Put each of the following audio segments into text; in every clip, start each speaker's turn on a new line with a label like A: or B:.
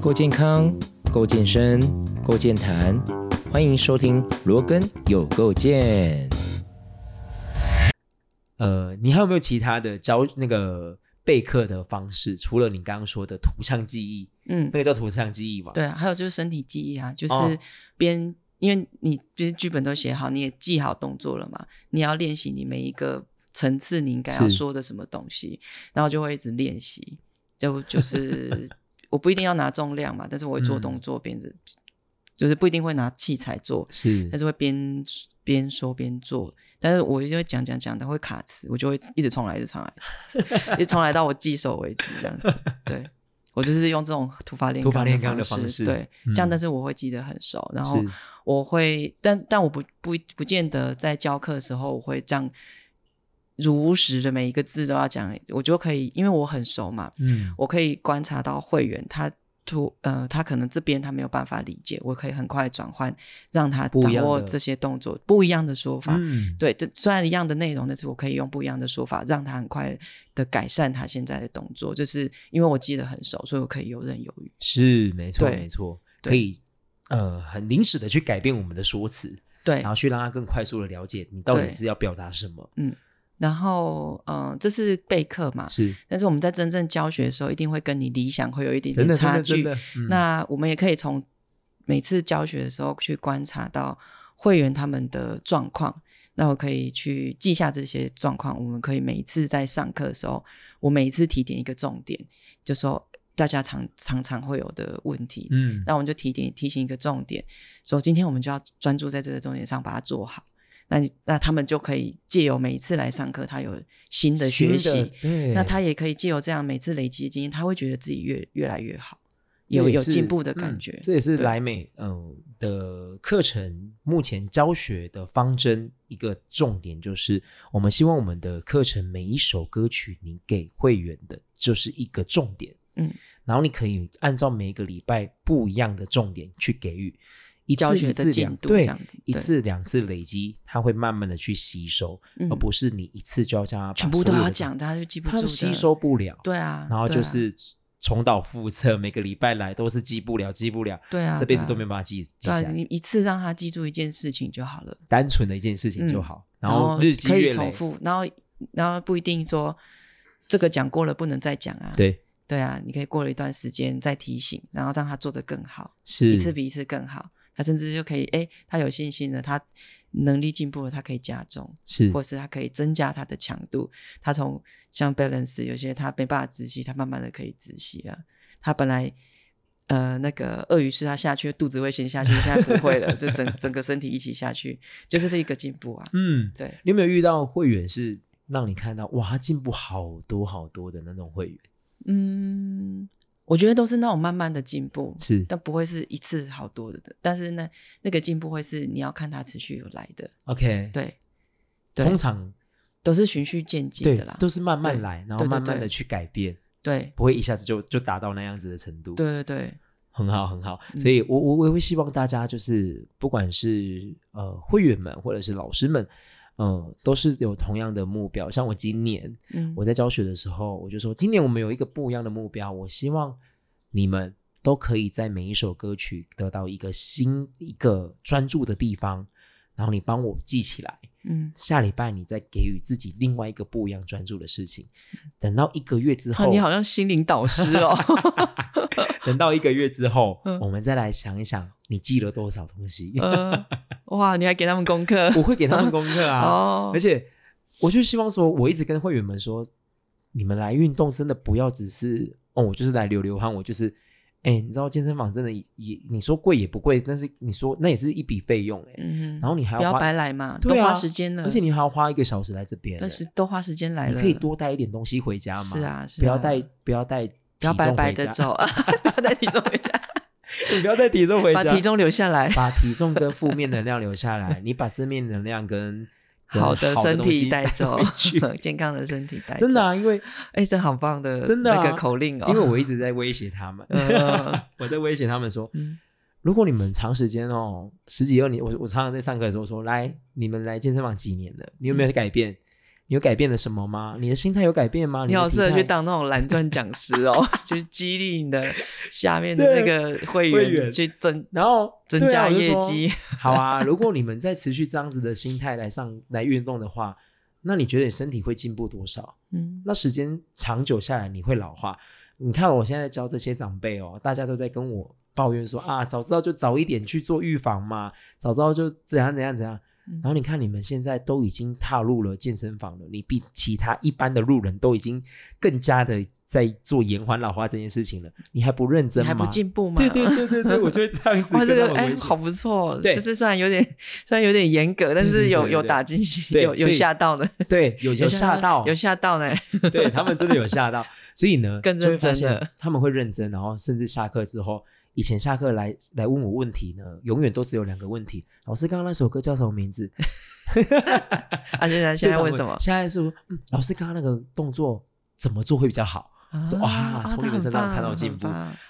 A: 够健康，够健身，够健谈，欢迎收听罗根有够健。
B: 呃，你还有没有其他的教那个备课的方式？除了你刚刚说的图像记忆，
C: 嗯，
B: 那个叫图像记忆嘛？
C: 对啊，还有就是身体记忆啊，就
B: 哦
C: 是边、因为你就是剧本都写好，你也记好动作了嘛，你要练习你每一个层次你应该要
B: 是
C: 说的什么东西，然后就会一直练习，就就是 我不一定要拿重量嘛，但是我会做动
B: 嗯
C: 作边着，就是不一定会拿器材做，
B: 是
C: 但是会边边说边做，但是我就会讲讲讲，它会卡词，我就会一直重来，一直重来，一直重来到我记熟为止，这样 子。对我就是用这种突发练
B: 突发炼钢
C: 钢
B: 的
C: 方
B: 方式
C: 对，这样
B: 嗯
C: 但是我会记得很熟，然后
B: 是
C: 我会，但但我不不不见得在教课的时候我会这样如实的每一个字都要讲，我就可以，因为我很熟嘛，
B: 嗯，
C: 我可以观察到会员他突呃，他可能这边他没有办法理解，我可以很快转换，让他
B: 不一
C: 掌
B: 样
C: 握
B: 的
C: 这些动作不一样的说法。
B: 嗯
C: 对，这虽然一样的内容，但是我可以用不一样的说法，让他很快的改善他现在的动作。就是因为我记得很熟，所以我可以游刃有余。
B: 是没错
C: 对
B: 没错，
C: 对
B: 可以呃很临时的去改变我们的说辞，
C: 对
B: 然，后去让他更快速的了解你到底
C: 对
B: 是要表达什么。
C: 然后嗯、呃这是备课嘛，
B: 是
C: 但是我们在真正教学的时候，一定会跟你理想会有一点
B: 真
C: 点
B: 的真
C: 差
B: 的
C: 距
B: 真。的，嗯
C: 那我们也可以从每次教学的时候去观察到会员他们的状况，那我可以去记下这些状况。我们可以每一次在上课的时候，我每一次提点一个重点，就说大家常常常会有的问题，
B: 嗯
C: 那我们就提点提醒一个重点，说今天我们就要专注在这个重点上把它做好。那你那他们就可以借由每一次来上课，他有新的学习，
B: 新的对，
C: 那他也可以借由这样每次累积的经验，他会觉得自己越越来越好，
B: 这
C: 有
B: 也
C: 有
B: 是
C: 进步的感
B: 嗯
C: 觉。
B: 这也是
C: 对
B: 莱美嗯的课程目前教学的方针一个重点，就是我们希望我们的课程每一首歌曲，你给会员的就是一个重点，
C: 嗯，
B: 然后你可以按照每一个礼拜不一样的重点去给予。一次
C: 教学
B: 一
C: 的
B: 次
C: 进
B: 两
C: 度
B: 对
C: 这样子
B: 一
C: 对
B: 次两次累积，他会慢慢的去吸收，
C: 嗯
B: 而不是你一次就要叫他把
C: 全部
B: 所
C: 都
B: 有
C: 要
B: 的
C: 讲，大家就记不
B: 他
C: 住的，
B: 吸收不了。
C: 对啊，
B: 然后
C: 对
B: 就
C: 啊
B: 是重蹈覆辙，每个礼拜来都是记不了，记不了，
C: 对啊，
B: 这辈
C: 对
B: 子
C: 啊
B: 都没办法记记
C: 对
B: 下
C: 啊，
B: 来
C: 你。一次让他记住一件事情就好了，
B: 单纯的一件事情就好，然后
C: 后
B: 日积
C: 嗯哦可以
B: 月
C: 重
B: 累，
C: 复，然后然后不一定说这个讲过了不能再讲啊，
B: 对，
C: 对啊，你可以过了一段时间再提醒，然后让他做得更好。
B: 是
C: 一次比一次更好。他甚至就可以，哎、他有信心了，他能力进步了，他可以加重，
B: 是
C: 或是他可以增加他的强度。他从像 balance 有些他没办法窒息，他慢慢的可以窒息了。他本来呃那个鳄鱼是他下去肚子会先下去，现在不会了，就 整整个身体一起下去，就是这一个进步啊。
B: 嗯，
C: 对，
B: 你有没有遇到会员是让你看到哇，他进步好多好多的那种会员？
C: 嗯，我觉得都是那种慢慢的进步，
B: 是
C: 但不会是一次好多的，但是呢，那个进步会是你要看他持续有来的，
B: OK，
C: 对，对
B: 通常
C: 都是循序渐进
B: 对
C: 的啦。
B: 都是慢慢
C: 对
B: 来，然后
C: 对对
B: 慢慢的
C: 对
B: 去改变，
C: 对
B: 不会一下子就就达到那样子的程度。
C: 对对对，
B: 很好，很好。
C: 嗯
B: 所以我，我我也会希望大家就是，不管是呃会员们或者是老师们，嗯、都是有同样的目标。像我今年
C: 嗯，
B: 我在教学的时候，我就说，今年我们有一个不一样的目标，我希望你们都可以在每一首歌曲得到一个新一个专注的地方，然后你帮我记起来。
C: 嗯，
B: 下礼拜你再给予自己另外一个不一样专注的事情，等到一个月之
C: 啊，
B: 后，
C: 你好像心灵导 师哦。
B: 等到一个月之后，
C: 嗯
B: 我们再来想一想，你记了多少东西？
C: 呃，哇，你还给他们功课
B: 我会给他们功课啊，
C: 哦
B: 而，且我就希望说，我一直跟会员们说，你们来运动真的不要只是哦，我就是来流流汗，我就是，哎、你知道健身房真的也也你说贵也不贵，但是你说那也是一笔费用哎、
C: 嗯
B: 然
C: 哼，
B: 后你还
C: 不要
B: 花，
C: 白来嘛，都
B: 对啊
C: 花时间了，
B: 而且你还要花一个小时来这边、
C: 都
B: 哎
C: 时都花时间来
B: 你
C: 了，
B: 可以多带一点东西回家嘛，
C: 是啊，是
B: 不要
C: 啊
B: 带不要带。
C: 不要白白的，走啊，不要带体重回家，
B: 你 不要带体重回家，
C: 把体重留下 来，
B: 把体重跟负面能量留下来，你把正面能量跟跟
C: 好的身
B: 东西
C: 体带走
B: 回去。，
C: 健康的身体带走。
B: 真的啊，因为
C: 哎，这好棒的，
B: 真的啊
C: 那个口令哦，
B: 因为我一直在威胁他们，
C: 嗯
B: 我在威胁他们说，
C: 嗯
B: 如果你们长时间哦，
C: 嗯
B: 十几二年，我我常常在上课的时候说，来，你们来健身房几年了，你有没有改变？你有改变了什么吗？你的心态有改变吗？
C: 你好
B: 的体
C: 适合去
B: 态
C: 当那种蓝钻讲师 哦，就是激励你的下面的那个会
B: 会
C: 员
B: 员
C: 去增
B: 然后
C: 增
B: 对啊
C: 加
B: 我就
C: 业
B: 说
C: 绩
B: 好 啊，如果你们再持续这样子的心态来上来运动的话，那你觉得你身体会进步多少？
C: 嗯，
B: 那时间长久下来，你会老化。你看我现在教这些长辈哦，大家都在跟我抱怨说啊，早知道就早一点去做预防嘛，早知道就怎样怎样怎样。
C: 嗯
B: 然后你看你们现在都已经踏入了健身房了，你比其他一般的路人都已经更加的在做延缓老化这件事情了，你还不认
C: 你
B: 真吗？
C: 还不进步吗？
B: 对对对对对，我就会这样子
C: 哇，
B: 跟
C: 这
B: 他
C: 个
B: 们
C: 哎、
B: 回去
C: 好不错，
B: 对
C: 就是虽然有点 虽然有点严格，但
B: 对
C: 是
B: 对
C: 有
B: 对
C: 有
B: 对
C: 打进去，
B: 对
C: 有有
B: 所以
C: 吓到的，
B: 对，有有吓到，
C: 有吓到呢。
B: 对他们真的有吓到，所以呢，
C: 更
B: 就会
C: 认真
B: 发现
C: 了
B: 他们会认真，然后甚至下课之后，以前下课来来问我问题呢，永远都只有两个问题：老师，刚刚那首歌叫什么名字？
C: 啊，现 在现在问什么？
B: 现在是嗯，老师，刚刚那个动作怎么做会比较好？说哇
C: 啊
B: 从你的身上看到进步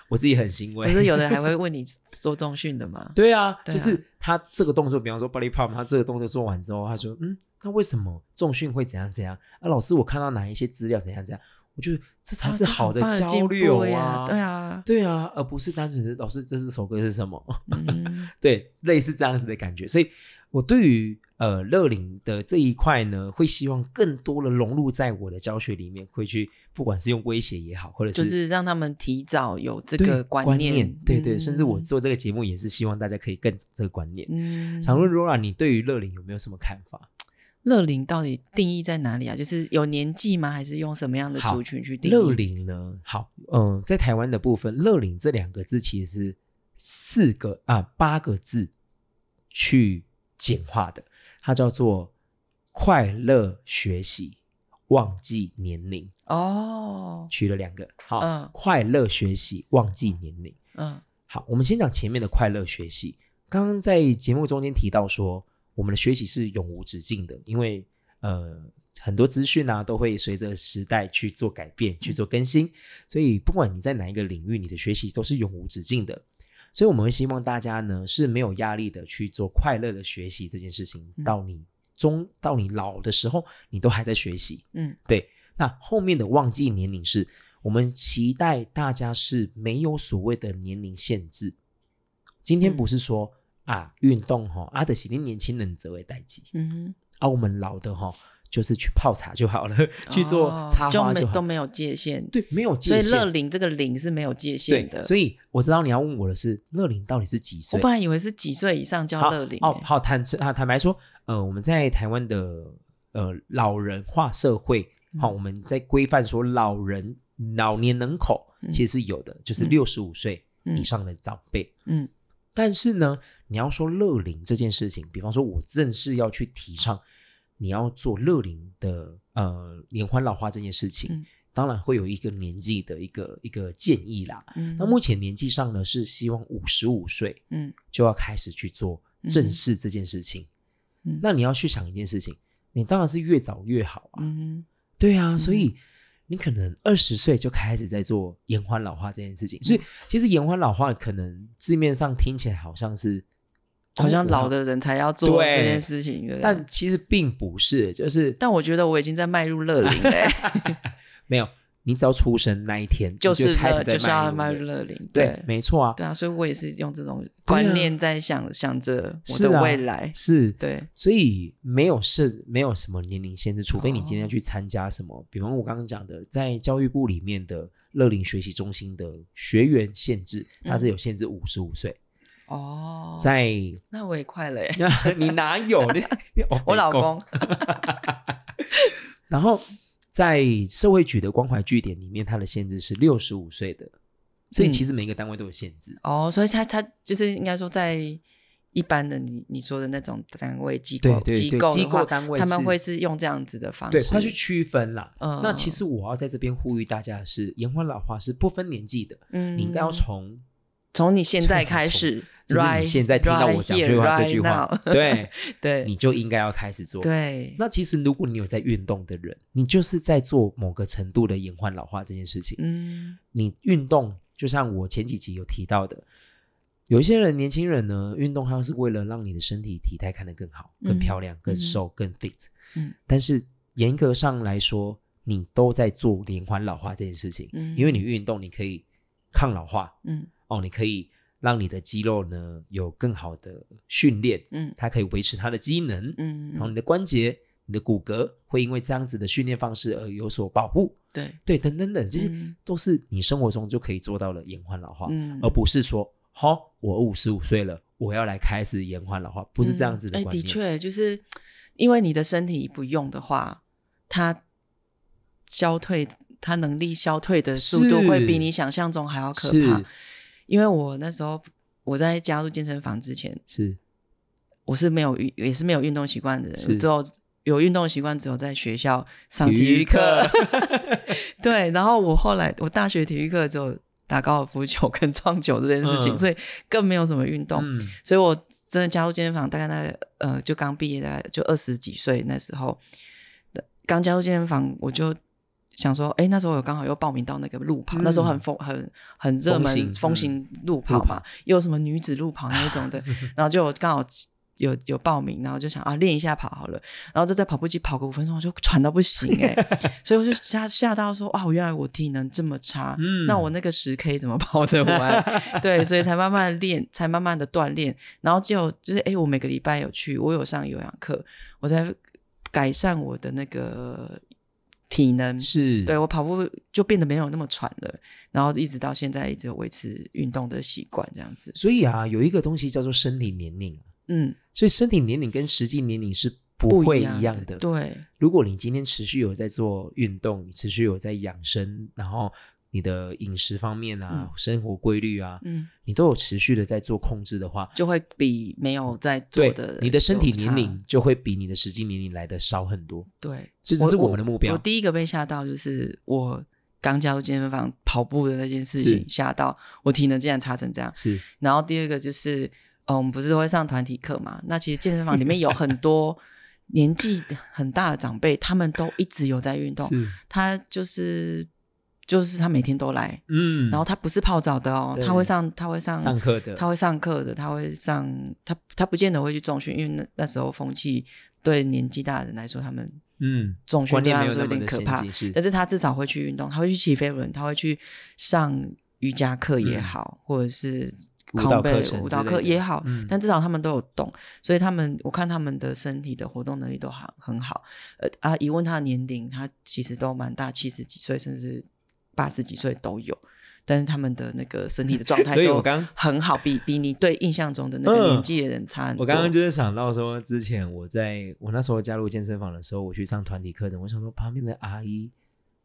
B: 我自己很欣
C: 可是
B: 慰。？
C: 有的还会问你做重训的 嘛
B: 对啊，
C: 对啊
B: 就是他这个动作，比方说 body pump，他这个动作做完之后，他说：“嗯，那为什么重训会怎样怎样？”啊，老师，我看到哪一些资料怎样怎样，我觉得这才
C: 啊
B: 是
C: 这
B: 好的
C: 棒进
B: 交
C: 步
B: 流
C: 呀
B: 啊！
C: 对啊，
B: 对啊，而不是单纯是老师这首歌是什么，
C: 嗯，
B: 对，类似这样子的感觉。所以，我对于呃乐龄的这一块呢，会希望更多的融入在我的教学里面，会去不管是用威胁也好，或者
C: 就是是让他们提早有这
B: 这
C: 个
B: 观
C: 念，
B: 对对，甚至我
C: 嗯
B: 做这个节目也是希望大家可以更这个观念。
C: 嗯
B: 想问 Rora，你对于乐龄有没有什么看法？
C: 乐龄到底定义在哪里啊？就是有年纪吗？还是用什么样的族群去定义？
B: 乐龄呢？好，嗯、在台湾的部分，乐龄这两个字其实是四个啊八个字去简化的，它叫做快乐学习，忘记年龄，
C: 哦，
B: 取了两个。好，
C: 嗯
B: 快乐学习，忘记年龄。
C: 嗯
B: 好，我们先讲前面的快乐学习。刚刚在节目中间提到说，我们的学习是永无止境的，因为呃很多资讯啊都会随着时代去做改变、去做更新，所以不管你在哪一个领域，你的学习都是永无止境的。所以我们会希望大家呢是没有压力的去做快乐的学习这件事情
C: 嗯，
B: 到你中到你老的时候，你都还在学习。
C: 嗯
B: 对，那后面的忘记年龄是，我们期待大家是没有所谓的年龄限制。今天
C: 嗯
B: 不是说、啊，运动哈、啊，就是你年轻人则为代际，
C: 嗯哼，
B: 啊，我们老的哈、就是去泡茶就好了， 去做
C: 哦
B: 插花
C: 就
B: 就
C: 没
B: 好，
C: 都没有界限，
B: 对，没有
C: 所
B: 界
C: 以
B: 限。
C: 乐龄这个龄是没有界限的。
B: 对，所以我知道你要问我的是，乐龄到底是几
C: 我
B: 岁？
C: 本来以为是几岁以上叫
B: 好
C: 乐龄、
B: 好
C: 欸，
B: 好坦诚啊，坦白说，呃，我们在台湾的呃老人化社会，好、
C: 嗯
B: 我们在规范说老人老年人口
C: 嗯
B: 其实是有的，就是
C: 嗯
B: 六十五岁
C: 嗯
B: 以上的长辈。
C: 嗯
B: 但是呢，你要说乐龄这件事情，比方说，我正式要去提倡你要做乐龄的呃年欢老化这件事情，
C: 嗯
B: 当然会有一个年纪的一个一个建议啦。
C: 嗯，
B: 那目前年纪上呢，是希望五十五岁
C: 嗯
B: 就要开始去做正视这件事情。
C: 嗯
B: 那你要去想一件事情，你当然是越早越好啊。
C: 嗯
B: 对啊，所以你可能二十岁就开始在做延缓老化这件事情。
C: 嗯
B: 所以其实延缓老化可能字面上听起来好像是
C: 好像
B: 哦
C: 老的人才要做这
B: 对
C: 件事情，对不对
B: 哦但其实并不是，就是
C: 但我觉得我已经在迈入乐龄 了、欸
B: 没有你只要出生那一天，
C: 就
B: 你
C: 是
B: 开
C: 乐，
B: 始在
C: 就是要迈
B: 迈
C: 入
B: 了。
C: 乐龄，
B: 对，没错啊，
C: 对啊，所以我也是用这种
B: 对啊
C: 观念在想、想着我
B: 是
C: 的
B: 啊
C: 未来，
B: 是，
C: 对，
B: 所以没有是没有什么年龄限制，除非你今天
C: 哦
B: 要去参加什么，比方我刚刚讲的，在教育部里面的乐龄学习中心的学员限制，它是有限制五十五岁，
C: 嗯哦，
B: 在
C: 那我也快了耶、欸
B: 你哪有？你哦
C: 我老
B: 没空
C: 公，
B: 然后在社会局的关怀据点里面，它的限制是六十五岁的，所以
C: 嗯
B: 其实每一个单位都有限制。
C: 哦，所以他他就是应该说在。一般的你你说的那种单位机
B: 对
C: 构
B: 对
C: 机
B: 对
C: 构
B: 机
C: 的话
B: 构单位
C: 他们
B: 是
C: 会哦是用这样子的方式，
B: 对，它去区分啦。
C: 嗯
B: 那其实我要在这边呼吁大家的是，延缓老化是不分年纪的，
C: 嗯
B: 你应该要从
C: 从你现在开始
B: 就是
C: ，right，
B: 你现在听到我讲
C: right
B: 这句话
C: here,
B: 这句
C: right
B: 话，
C: now
B: 对，
C: 对
B: 你就应该要开始做。，
C: 对，
B: 那其实如果你有在运动的人，你就是在做某个程度的延缓老化这件事情。
C: 嗯
B: 你运动，就像我前几集有提到的，有一些人年轻人呢，运动他是为了让你的身体体态看得更好、
C: 嗯
B: 更漂亮、更
C: 嗯
B: 瘦、更 fit。
C: 嗯，
B: 但是严格上来说，你都在做延缓老化这件事情，
C: 嗯
B: 因为你运动，你可以抗老化
C: 嗯
B: 哦，你可以让你的肌肉呢有更好的训练，
C: 嗯
B: 它可以维持它的机能，
C: 嗯，
B: 然后你的关节、你的骨骼会因为这样子的训练方式而有所保护，
C: 对，
B: 对，等等等，这些
C: 嗯
B: 都是你生活中就可以做到的延缓老化，
C: 嗯
B: 而不是说，好、我五十五岁了，我要来开始延缓老化，不是这样子的
C: 哎、
B: 观
C: 的
B: 念。
C: 确，就是因为你的身体不用的话，它消退，它能力消退的速度
B: 是
C: 会比你想象中还要可怕
B: 是。
C: 因为我那时候我在加入健身房之前，
B: 是
C: 我是没有运，也是没有运动习惯的人，
B: 是
C: 我只有有运动习惯，只有在学校上体
B: 育
C: 育课。 对，然后我后来我大学体育课只有打高尔夫球跟 撞球这件事情，
B: 嗯
C: 所以更没有什么运动。
B: 嗯
C: 所以我真的加入健身房，大概那呃，就刚毕业，大概就二十几岁那时候，呃刚加入健身房，我就想说，哎，那时候我刚好又报名到那个路跑，
B: 嗯
C: 那时候很风很很热
B: 风行嗯
C: 门风行路跑嘛，又有什么女子路跑那 种的，然后就我刚好。有有报名，然后就想啊练一下跑好了，然后就在跑步机跑个五分钟，我就喘到不行 哎、所以我就吓吓到说哇，原来我体能这么差，
B: 嗯
C: 那我那个十 K 怎么跑得完？ 对，所以才慢慢练，才慢慢的锻炼，然后就就是哎，诶我每个礼拜有去，我有上有氧课，我才改善我的那个体能。
B: 是，
C: 对我跑步就变得没有那么喘了，然后一直到现在一直有维持运动的习惯，这样子。
B: 所以啊，有一个东西叫做身体年龄啊，
C: 嗯，
B: 所以身体年龄跟实际年龄是不
C: 不
B: 会
C: 样
B: 一样的。
C: 对，
B: 如果你今天持续有在做运动，你持续有在养生，然后你的饮食方面啊、生活规律啊，
C: 嗯，
B: 你都有持续的在做控制的话，
C: 就会比没有在做
B: 对
C: 的
B: 你的身体
C: 有
B: 年龄
C: 差。
B: 就会比你的实际年龄来的少很多。
C: 对，
B: 这只是我们的目标
C: 我第一个被吓到就是我刚加入健身房跑步的那件事情
B: 是
C: 吓到，我体能竟然差成这样。
B: 是
C: 然后第二个就是，呃，我们不是都会上团体课嘛？那其实健身房里面有很 多年纪很大的长辈，他们都一直有在运动。
B: 是，
C: 他就是就是他每天都来，
B: 嗯，
C: 然后他不是泡澡的哦，
B: 对
C: 他会上他会上
B: 上课的
C: 他会上课的，他会上他他不见得会去重训，因为那那时候风气对年纪大的人来说，他们
B: 嗯，
C: 重训
B: 观
C: 对
B: 念
C: 他
B: 没有
C: 们
B: 那
C: 说有
B: 么
C: 点
B: 的
C: 可
B: 先
C: 怕。
B: 进，是
C: 但是他至少会去运动，他会去骑飞轮，他会去上瑜伽课也好，或者是
B: 嗯舞蹈
C: combat
B: 课程
C: 舞蹈
B: 之类
C: 课
B: 的
C: 也好，
B: 嗯
C: 但至少他们都有动，所以他们我看他们的身体的活动能力都很很好。呃啊，一问他的年龄，他其实都蛮大，七十几岁甚至八十几岁都有。但是他们的那个身体的状 态
B: 所以我
C: 都
B: 刚
C: 很好，比比你对印象中的那个
B: 嗯
C: 年纪的人差很多。
B: 我刚刚就是想到说，之前我在我那时候加入健身房的时候，我去上团体课程，我想说旁边的阿姨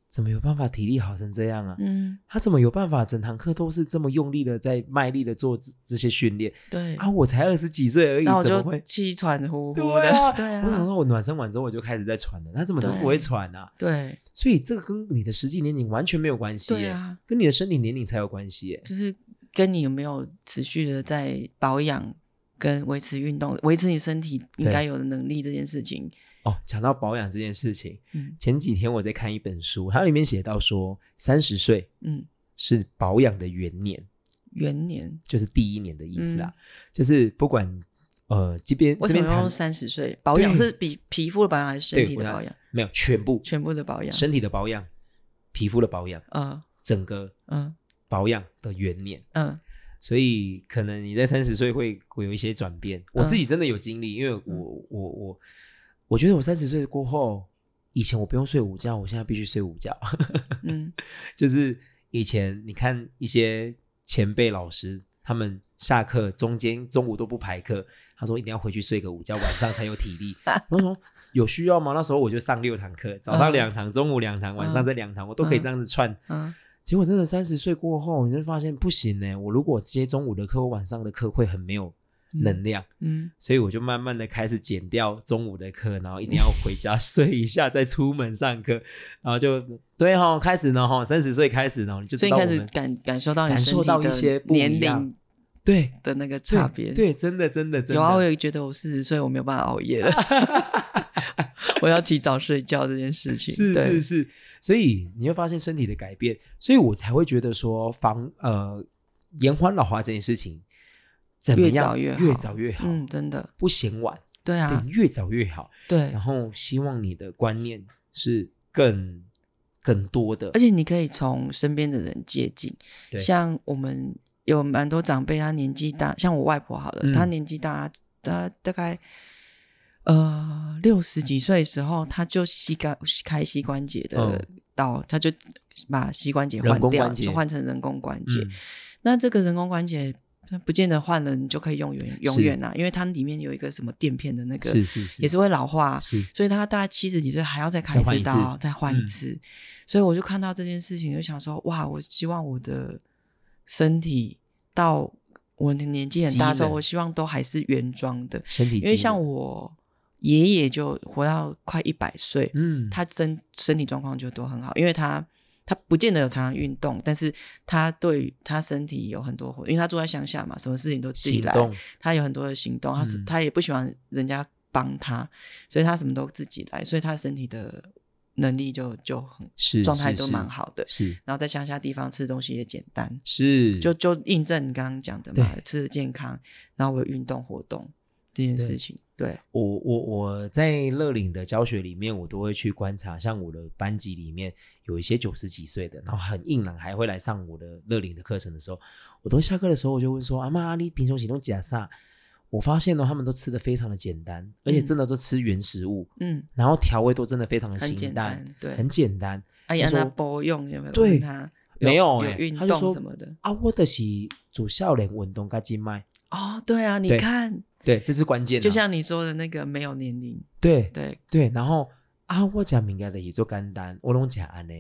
B: 怎么有办法体力好成这样啊？
C: 嗯，
B: 她怎么有办法整堂课都是这么用力的在卖力的做这这些训练
C: 对。
B: 啊？我才二十几岁而已，
C: 嗯那我
B: 怎么
C: 就
B: 会？
C: 气喘呼呼
B: 对
C: 的，
B: 啊，
C: 对啊
B: 我想说，我暖身完之后我就开始在喘了，她怎么都
C: 对
B: 不会喘啊？
C: 对，
B: 所以这个跟你的实际年龄完全没有关系
C: 对
B: 耶，
C: 啊
B: 跟你的身体年龄才有关系耶。
C: 就是跟你有没有持续的在保养跟维持运动，维持你身体应该有的能力这件事情。
B: 哦，讲到保养这件事情，
C: 嗯
B: 前几天我在看一本书，它里面写到说，三十岁
C: 嗯，
B: 是保养的元年，
C: 元年
B: 就是第一年的意思啦。就是不管呃，即便
C: 嗯为
B: 这
C: 什
B: 边
C: 么要
B: 谈
C: 用三十岁保养？
B: 对
C: 是比皮肤的保养还是身
B: 对
C: 体
B: 我
C: 的
B: 要
C: 保养？
B: 没有全部
C: 全部的保养。
B: 身体的保养、皮肤的保养，
C: 嗯
B: 整个
C: 嗯
B: 保养的元年。
C: 嗯
B: 所以可能你在三十岁会会有一些转
C: 嗯
B: 变。我自己真的有经历，因为我我我我觉得我三十岁过后，以前我不用睡午觉，我现在必须睡午觉。
C: 嗯
B: 就是以前你看一些前辈老师，他们下课中间中午都不排课，他说一定要回去睡个午觉，晚上才有体 力。我说有需要吗？那时候我就上六堂课，早上
C: 嗯
B: 两堂，中午两堂，晚上
C: 嗯
B: 这两堂，我都可以
C: 嗯
B: 这样子串。
C: 嗯
B: 结果真的三十岁过后，你就发现不行呢、我如果接中午的课，我晚上的课会很没有能量，
C: 嗯，
B: 所以我就慢慢的开始减掉中午的课，然后一定要回家睡一下，再出门上课， 然后就对哈、开始呢哈，三十岁开始呢，哦你就知
C: 所以你
B: 道
C: 开
B: 我
C: 始
B: 们
C: 感感受到你
B: 感
C: 身
B: 受
C: 体
B: 到
C: 的
B: 一些不一
C: 年
B: 样
C: 龄
B: 对
C: 的那个差别。
B: 对，对真的真的真的
C: 有啊，我也觉得我四十岁我没有办法熬 夜了，我要起早睡觉这件事情。
B: 是
C: 对
B: 是是，所以你会发现身体的改变，所以我才会觉得说防呃延缓老化这件事情怎么
C: 越
B: 样
C: 早越好
B: 越早越好，
C: 嗯，真的，
B: 不嫌晚，
C: 对啊
B: 对，，越早越好。
C: 对
B: 然，后希望你的观念是更更多的
C: 而，且你可以从身边的人借鉴，
B: 对
C: 像我们有蛮多长辈，他年纪大，像我外婆好了，
B: 嗯
C: 她年纪大，她大概呃六十几岁的时候，她就膝盖开膝关节的
B: 嗯
C: 刀，她就把膝关节
B: 人
C: 换
B: 工
C: 掉，
B: 关节
C: 就换成人工关节。
B: 嗯
C: 那这个人工关节。它不见得换了你就可以用远永
B: 是
C: 远啊，因为它里面有一个什么垫片的那个，
B: 是是是
C: 也是会老化啊、
B: 是
C: 所以他大概七十几岁还要再开
B: 再换
C: 一次
B: 一次
C: 刀，再换一
B: 嗯
C: 次。所以我就看到这件事情，就想说，哇，我希望我的身体到我的年纪很大的时候，
B: 机能
C: 我希望都还是原装的，
B: 身体机能，
C: 因为像我爷爷就活到快一百岁，
B: 嗯，
C: 他身身体状况就都很好，因为他。他不见得有常常运动，但是他对于他身体有很多活，因为他住在乡下嘛，什么事情都自己
B: 行
C: 来。
B: 动
C: 他有很多的行动，他是、
B: 嗯
C: 他也不喜欢人家帮他，所以他什么都自己来，所以他身体的能力就就很
B: 是
C: 状态
B: 是
C: 都
B: 是
C: 蛮好的。
B: 是
C: 然后在乡下地方吃东西也简单，
B: 是
C: 就就印证你刚刚讲的嘛，吃的健康，然后我有运动活动这件事情，对，
B: 我我我在乐领的教学里面，我都会去观察，像我的班级里面有一些九十几岁的，然后很硬朗，还会来上我的乐领的课程的时候，我都下课的时候我就问说：“阿妈，阿你平常行动假啥？”我发现呢，哦他们都吃的非常的简单，而且真的都吃原食物，
C: 嗯，
B: 然后调味都真的非常的
C: 很
B: 清
C: 简
B: 淡，
C: 单，对。啊
B: 很简单
C: 阿姨安
B: 说
C: 娜波用有没有？
B: 对
C: 问他
B: 没有
C: 有
B: 欸
C: 运
B: 他就说
C: 动什么的
B: 啊。我的是主笑脸运动加静脉，
C: 哦，对啊，你
B: 对
C: 看，
B: 对，这是关键、啊。
C: 就像你说的那个没有年龄，
B: 对
C: 对，
B: 对，然后啊，我讲敏感的也做简单，我拢讲安呢，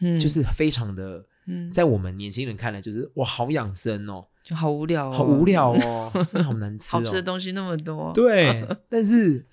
C: 嗯，
B: 就是非常的。
C: 嗯，
B: 在我们年轻人看来，就是哇，好养生哦，
C: 就好无聊哦，
B: 好无聊 哦，真的好难吃哦。
C: 好吃的东西那么多，
B: 对，但是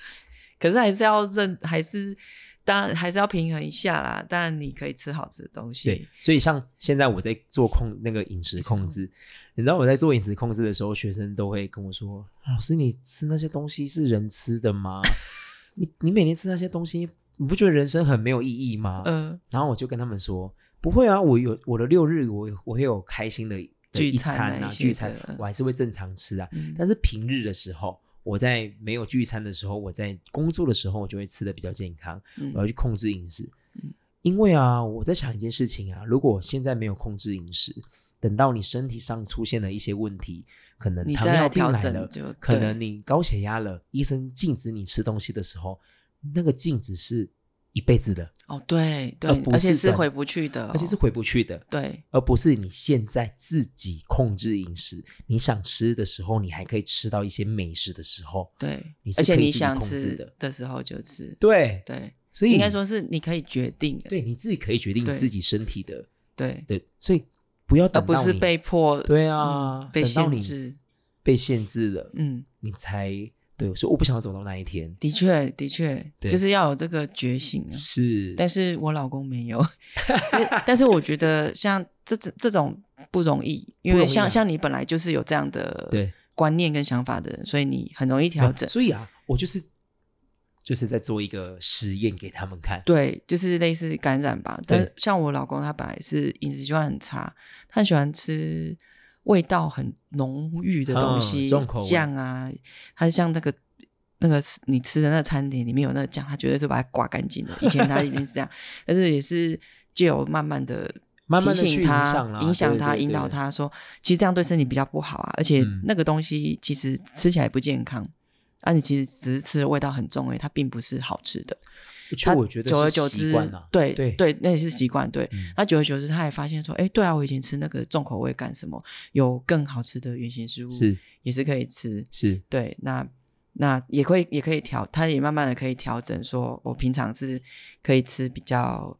C: 可是还是要认，还是当然还是要平衡一下啦。当然你可以吃好吃的东西，
B: 对，所以像现在我在做控那个饮食控制，你知道我在做饮食控制的时候，学生都会跟我说：“老师，你吃那些东西是人吃的吗？ 你你每天吃那些东西，你不觉得人生很没有意义吗？”
C: 嗯，
B: 然后我就跟他们说：“不会啊，我有我的六日我，我会有开心的的
C: 聚
B: 一
C: 餐
B: 餐
C: 啊
B: 啊，
C: 一些
B: 聚餐
C: 的，
B: 我还是会正常吃啊。
C: 嗯
B: 但是平日的时候，我在没有聚餐的时候，我在工作的时候，我就会吃的比较健康，我要
C: 嗯
B: 去控制饮食
C: 嗯。
B: 因为啊，我在想一件事情啊，如果现在没有控制饮食，等到你身体上出现了一些问题，可能
C: 你
B: 糖
C: 再来
B: 尿病
C: 调
B: 来
C: 整
B: 了
C: 就，
B: 可
C: 对
B: 能你高血压了，医生禁止你吃东西的时候，那个禁止是一辈子的，
C: 哦，对对
B: 而，呃不
C: 而且
B: 是
C: 是
B: 短
C: 回不去的哦、
B: 而且是回不去的。
C: 对，
B: 而不是你现在自己控制饮食，你想吃的时候，你还可以吃到一些美食的时候，
C: 对
B: 你，是
C: 而且
B: 可以
C: 你
B: 自己
C: 想
B: 控制
C: 吃
B: 的
C: 的时候就吃，
B: 对，
C: 对，
B: 所以
C: 应该说是你可以决定的，
B: 对你自己可以决定
C: 对
B: 你自己身体的
C: 对，
B: 对，所以不要
C: 而
B: 等到
C: 不
B: 你
C: 是被迫
B: 对啊
C: 嗯，被
B: 等到
C: 限
B: 你
C: 制，
B: 被限制了，
C: 嗯。
B: 你才对我说我不想走到那一天，
C: 的确，的确，
B: 对
C: 就是要有这个觉醒、啊。
B: 是，
C: 但是我老公没有。 但但是我觉得像这这这种不容易，因
B: 不
C: 为
B: 容易
C: 像
B: 啊
C: 像你本来就是有这样的
B: 对
C: 观念跟想法的人，所以你很容易调整。
B: 所以啊，我就是就是在做一个实验给他们看，
C: 对，就是类似感染吧。但
B: 对
C: 像我老公，他本来是饮食习惯很差，他很喜欢吃味道很浓郁的东
B: 嗯
C: 西，
B: 重口味
C: 酱啊，他像那个那个你吃的那个餐点里面有那个酱，他绝对是把它刮干净的。以前他一定是这样， 但是也是借由慢慢的
B: 慢慢
C: 提
B: 的去
C: 醒
B: 影
C: 他、
B: 响啦，对
C: 他、引导，他说，其实这样对身体比较不好啊，而且
B: 嗯
C: 那个东西其实吃起来不健康。啊，你其实只是吃的味道很重而已，它并不是好吃的。
B: 对对其实
C: 他
B: 我觉得
C: 久而
B: 是
C: 久
B: 习
C: 之，
B: 惯啊
C: 对
B: 对，
C: 那也是习惯。对，
B: 嗯
C: 那久而久之，他也发现说，哎，对啊，我以前吃那个重口味干什么？有更好吃的原型食物，
B: 是
C: 也是可以吃。
B: 是，
C: 对，那那也可以也可以调，他也慢慢的可以调整说，我平常是可以吃比较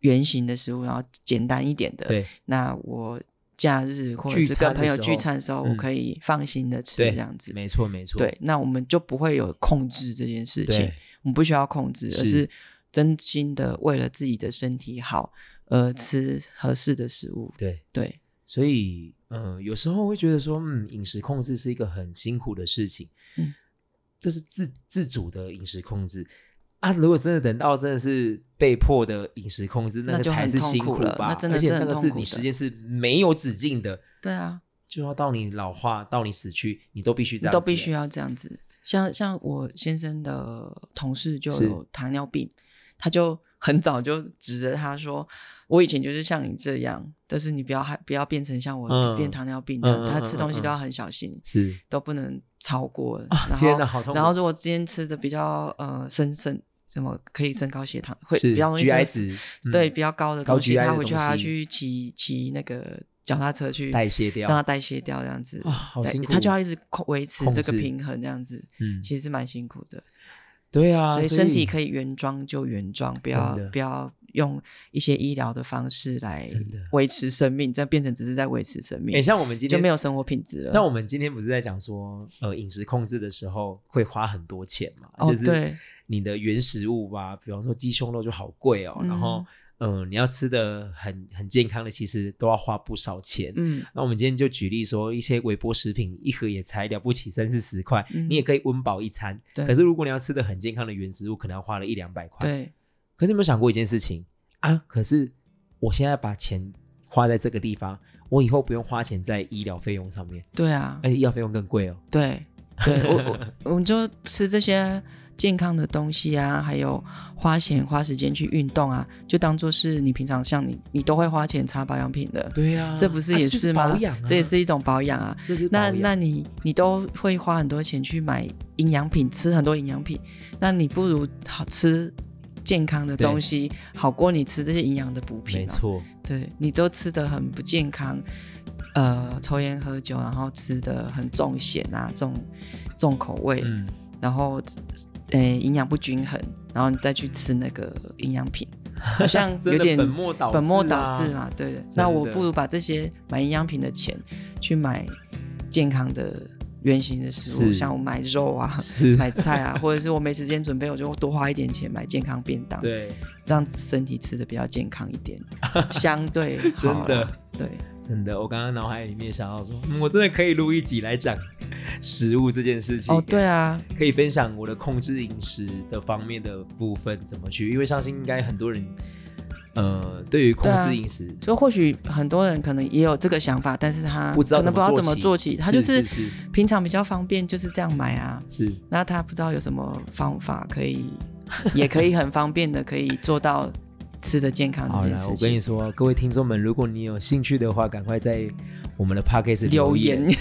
C: 圆形的食物，然后简单一点的。
B: 对
C: 那我假日或者
B: 聚
C: 是
B: 餐
C: 跟
B: 的
C: 朋友
B: 时候
C: 聚餐的时候，
B: 嗯
C: 我可以放心的吃
B: 对，
C: 这样子。
B: 没错没错，
C: 对，那我们就不会有控制这件事情
B: 对，
C: 我们不需要控制，
B: 是
C: 而是真心的为了自己的身体好而吃合适的食物。
B: 对，
C: 对，
B: 所以，嗯，有时候会觉得说，嗯，饮食控制是一个很辛苦的事情，
C: 嗯，
B: 这是自自主的饮食控制啊。如果真的等到真的是被迫的饮食控制，
C: 那
B: 个
C: 就
B: 才
C: 很
B: 是
C: 痛
B: 辛
C: 苦
B: 苦
C: 了
B: 吧，
C: 那真的
B: 而且
C: 是很
B: 那个
C: 痛
B: 是
C: 苦
B: 你时
C: 的
B: 间是没有止境的，
C: 对啊，
B: 就要到你老化，到你死去，你都必须这
C: 你
B: 样，
C: 都必须，要这样子。像像我先生的同事就是有糖尿病，他就很早就指着他说：“我以前就是像你这样，但是你不要还不要变成像我、
B: 嗯
C: 变糖尿病的。
B: 嗯嗯
C: 他吃东
B: 嗯
C: 西
B: 嗯
C: 都要很小心，
B: 是
C: 都不能超过。
B: 啊
C: 然
B: 天
C: 后
B: 哪好痛苦
C: 然后如果今天吃的比较呃升升什么可以升高血糖，会
B: 是
C: 比较容易升
B: GI 值，嗯
C: 对比较高的
B: 高
C: 东西，
B: GI
C: 他
B: 的
C: 回去
B: 东
C: 他要
B: 西
C: 去骑骑那个脚踏车去
B: 代谢掉
C: 让它代谢掉这样子。
B: 啊，好
C: 对
B: 辛，苦，
C: 他就要一直控维持
B: 控
C: 这个
B: 制
C: 平衡，这样子
B: 嗯，
C: 其实蛮辛苦的。
B: 对啊，
C: 所以
B: 所
C: 身体可以原装就原装，不要
B: 真的
C: 不要用一些医疗的方式来
B: 真的
C: 维持生命，这样变成只是在维持生
B: 哎，
C: 命，
B: 像我们今
C: 就
B: 天
C: 没有生活品质了。
B: 像我们今天不是在讲说，呃，饮食控制的时候会花很多钱嘛？
C: 哦
B: 就是
C: 对
B: 你的原食物吧，比方说鸡胸肉就好贵哦，
C: 嗯
B: 然后嗯、呃你要吃的很很健康的，其实都要花不少钱。
C: 嗯，
B: 那我们今天就举例说，一些微波食品一盒也才了不起三四十块，
C: 嗯
B: 你也可以温饱一餐。
C: 对
B: 可是如果你要吃的很健康的原食物，可能要花了一两百块。
C: 对，
B: 可是你有没有想过一件事情啊？可是我现在把钱花在这个地方，我以后不用花钱在医疗费用上面，
C: 对啊，
B: 而且医哎疗费用更贵哦。
C: 对 对，我我我们就吃这些健康的东西啊，还有花钱花时间去运动啊，就当做是你平常像你你都会花钱擦保养品的，
B: 对呀、啊
C: 这不是也
B: 就是
C: 吗？
B: 保养啊
C: 这也是一种保养啊。
B: 这是保
C: 那
B: 养
C: 那你你都会花很多钱去买营养品，吃很多营养品，那你不如好吃健康的东西，好过你吃这些营养的补品、哦
B: 没，错，
C: 对你都吃的很不健康，呃，抽烟喝酒，然后吃的很重咸啊，重重口味，
B: 嗯，
C: 然后呃营养不均衡，然后你再去吃那个营养 品，好像有
B: 真的
C: 点
B: 本末倒
C: 本末
B: 置
C: 倒
B: 啊
C: 置嘛，对。那我
B: 的
C: 不如把这些买营养品的钱去买健康的原型的食物，
B: 是
C: 像我买肉啊、
B: 是
C: 买菜啊，或者是我没时间准备，我就多花一点钱买健康便当，
B: 对，
C: 让身体吃的比较健康一 点，相对好
B: 真的
C: 啦对，
B: 真的，我刚刚脑海里面想到说，嗯我真的可以录一集来讲食物这件事情。
C: 哦，对啊，
B: 可以分享我的控制饮食的方面的部分怎么去，因为相信应该很多人，呃，对于控
C: 对啊
B: 制饮食、
C: 所以或许很多人可能也有这个想法，但是他
B: 不知道
C: 可能不知道怎么做起，他就是
B: 是
C: 平常比较方便，就是这样买啊。
B: 是是
C: 那他不知道有什么方法可以，也可以很方便的可以做到吃的健康
B: 好
C: 这件
B: 了，
C: 事
B: 我跟你
C: 情。
B: 说，各位听众们，如果你有兴趣的话，赶快在我们的 podcast
C: 留
B: 言，
C: 言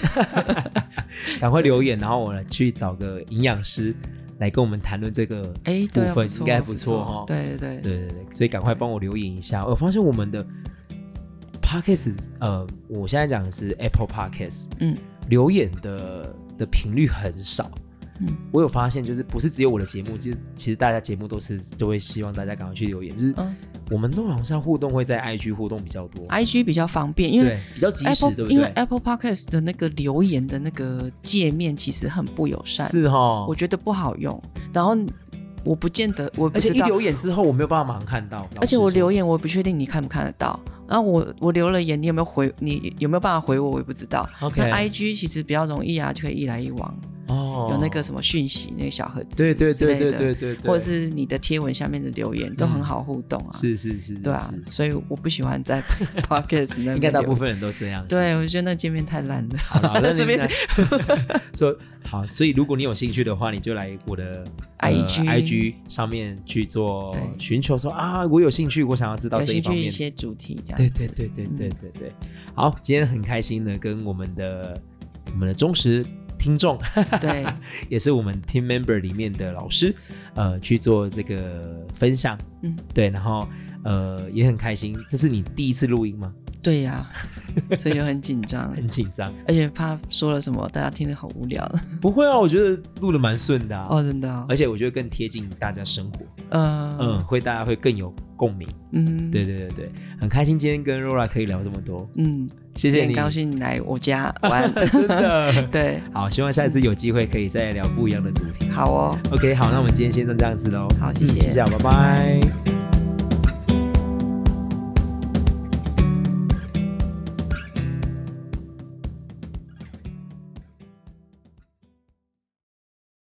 B: 赶快留言，然后我来去找个营养师来跟我们谈论这个
C: 哎，
B: 部
C: 对啊，
B: 分，
C: 不错
B: 应该
C: 不
B: 不错哦。
C: 对对对，
B: 对对对，所以赶快帮我留言一下。我发现我们的 podcast，呃，我现在讲的是 Apple podcast，
C: 嗯
B: 留言的的频率很少。
C: 嗯
B: 我有发现，就是不是只有我的节目，其实其实大家节目都是都会希望大家赶快去留言，就是
C: 嗯
B: 我们都好像互动会在 IG 互动比较多，
C: ，IG 比较方便，因为
B: 对，比较及时，对
C: Apple
B: 不
C: 因为
B: 对？
C: Apple Podcast 的那个留言的那个界面其实很不友善，
B: 是哦哈
C: 我，觉得不好用。然后我不见得，我不
B: 而且
C: 知
B: 一
C: 道，
B: 留言之后，我没有办法马上看到，
C: 而且我留
B: 言
C: 言我也不确定你看不看得到。然后我我留了言，你有没有回？你有没有办法回我？我也不知道。
B: OK
C: 那 IG 其实比较容易啊，就可以一来一往。
B: 哦，
C: 有那个什么讯息，那个小盒子，
B: 对对对对
C: 对
B: 对对对，嗯
C: 或者是你的贴文下面的留言都很好互动啊，
B: 是是是，
C: 对啊
B: 是，
C: 所以我不喜欢 在 podcast 那边
B: 应该大
C: 留
B: 部分人都这样子。
C: 对，啊我觉得那界面太烂了。
B: 好 了，那
C: 这
B: 这
C: 边
B: 边 说好，所以如果你有兴趣的话，你就来我的、
C: IG
B: IG 上面去做
C: 对
B: 寻求说啊，我有兴趣，我想要知道
C: 有
B: 这
C: 兴
B: 一方
C: 趣一
B: 面。
C: 些主题这
B: 对
C: 样子，
B: 对对对对对对，好，今天很开心的跟我们的我们的忠实听众，
C: 对
B: 也是我们 team member 里面的老师，呃，去做这个分享，
C: 嗯，
B: 对，然后呃也很开心，这是你第一次录音吗？
C: 对呀、所以就很紧张，
B: 很紧张？
C: 而且怕说了什么大家听得好无聊。
B: 不会啊，我觉得录的蛮顺的啊。
C: 哦，真的哦、
B: 而且我觉得更贴近大家生活，嗯，
C: 嗯
B: 会大家会更有共鸣。
C: 嗯，
B: 对对对对，很开心今天跟 Rora 可以聊这么多，
C: 嗯，
B: 谢谢
C: 很
B: 你，
C: 高兴你来我家 玩，
B: 真的。
C: 对，
B: 好，希望下一次有机会可以再聊不一样的主题。
C: 好哦。
B: OK，好，那我们今天先这样子喽。
C: 好谢
B: 嗯
C: 谢
B: 谢谢啊，拜拜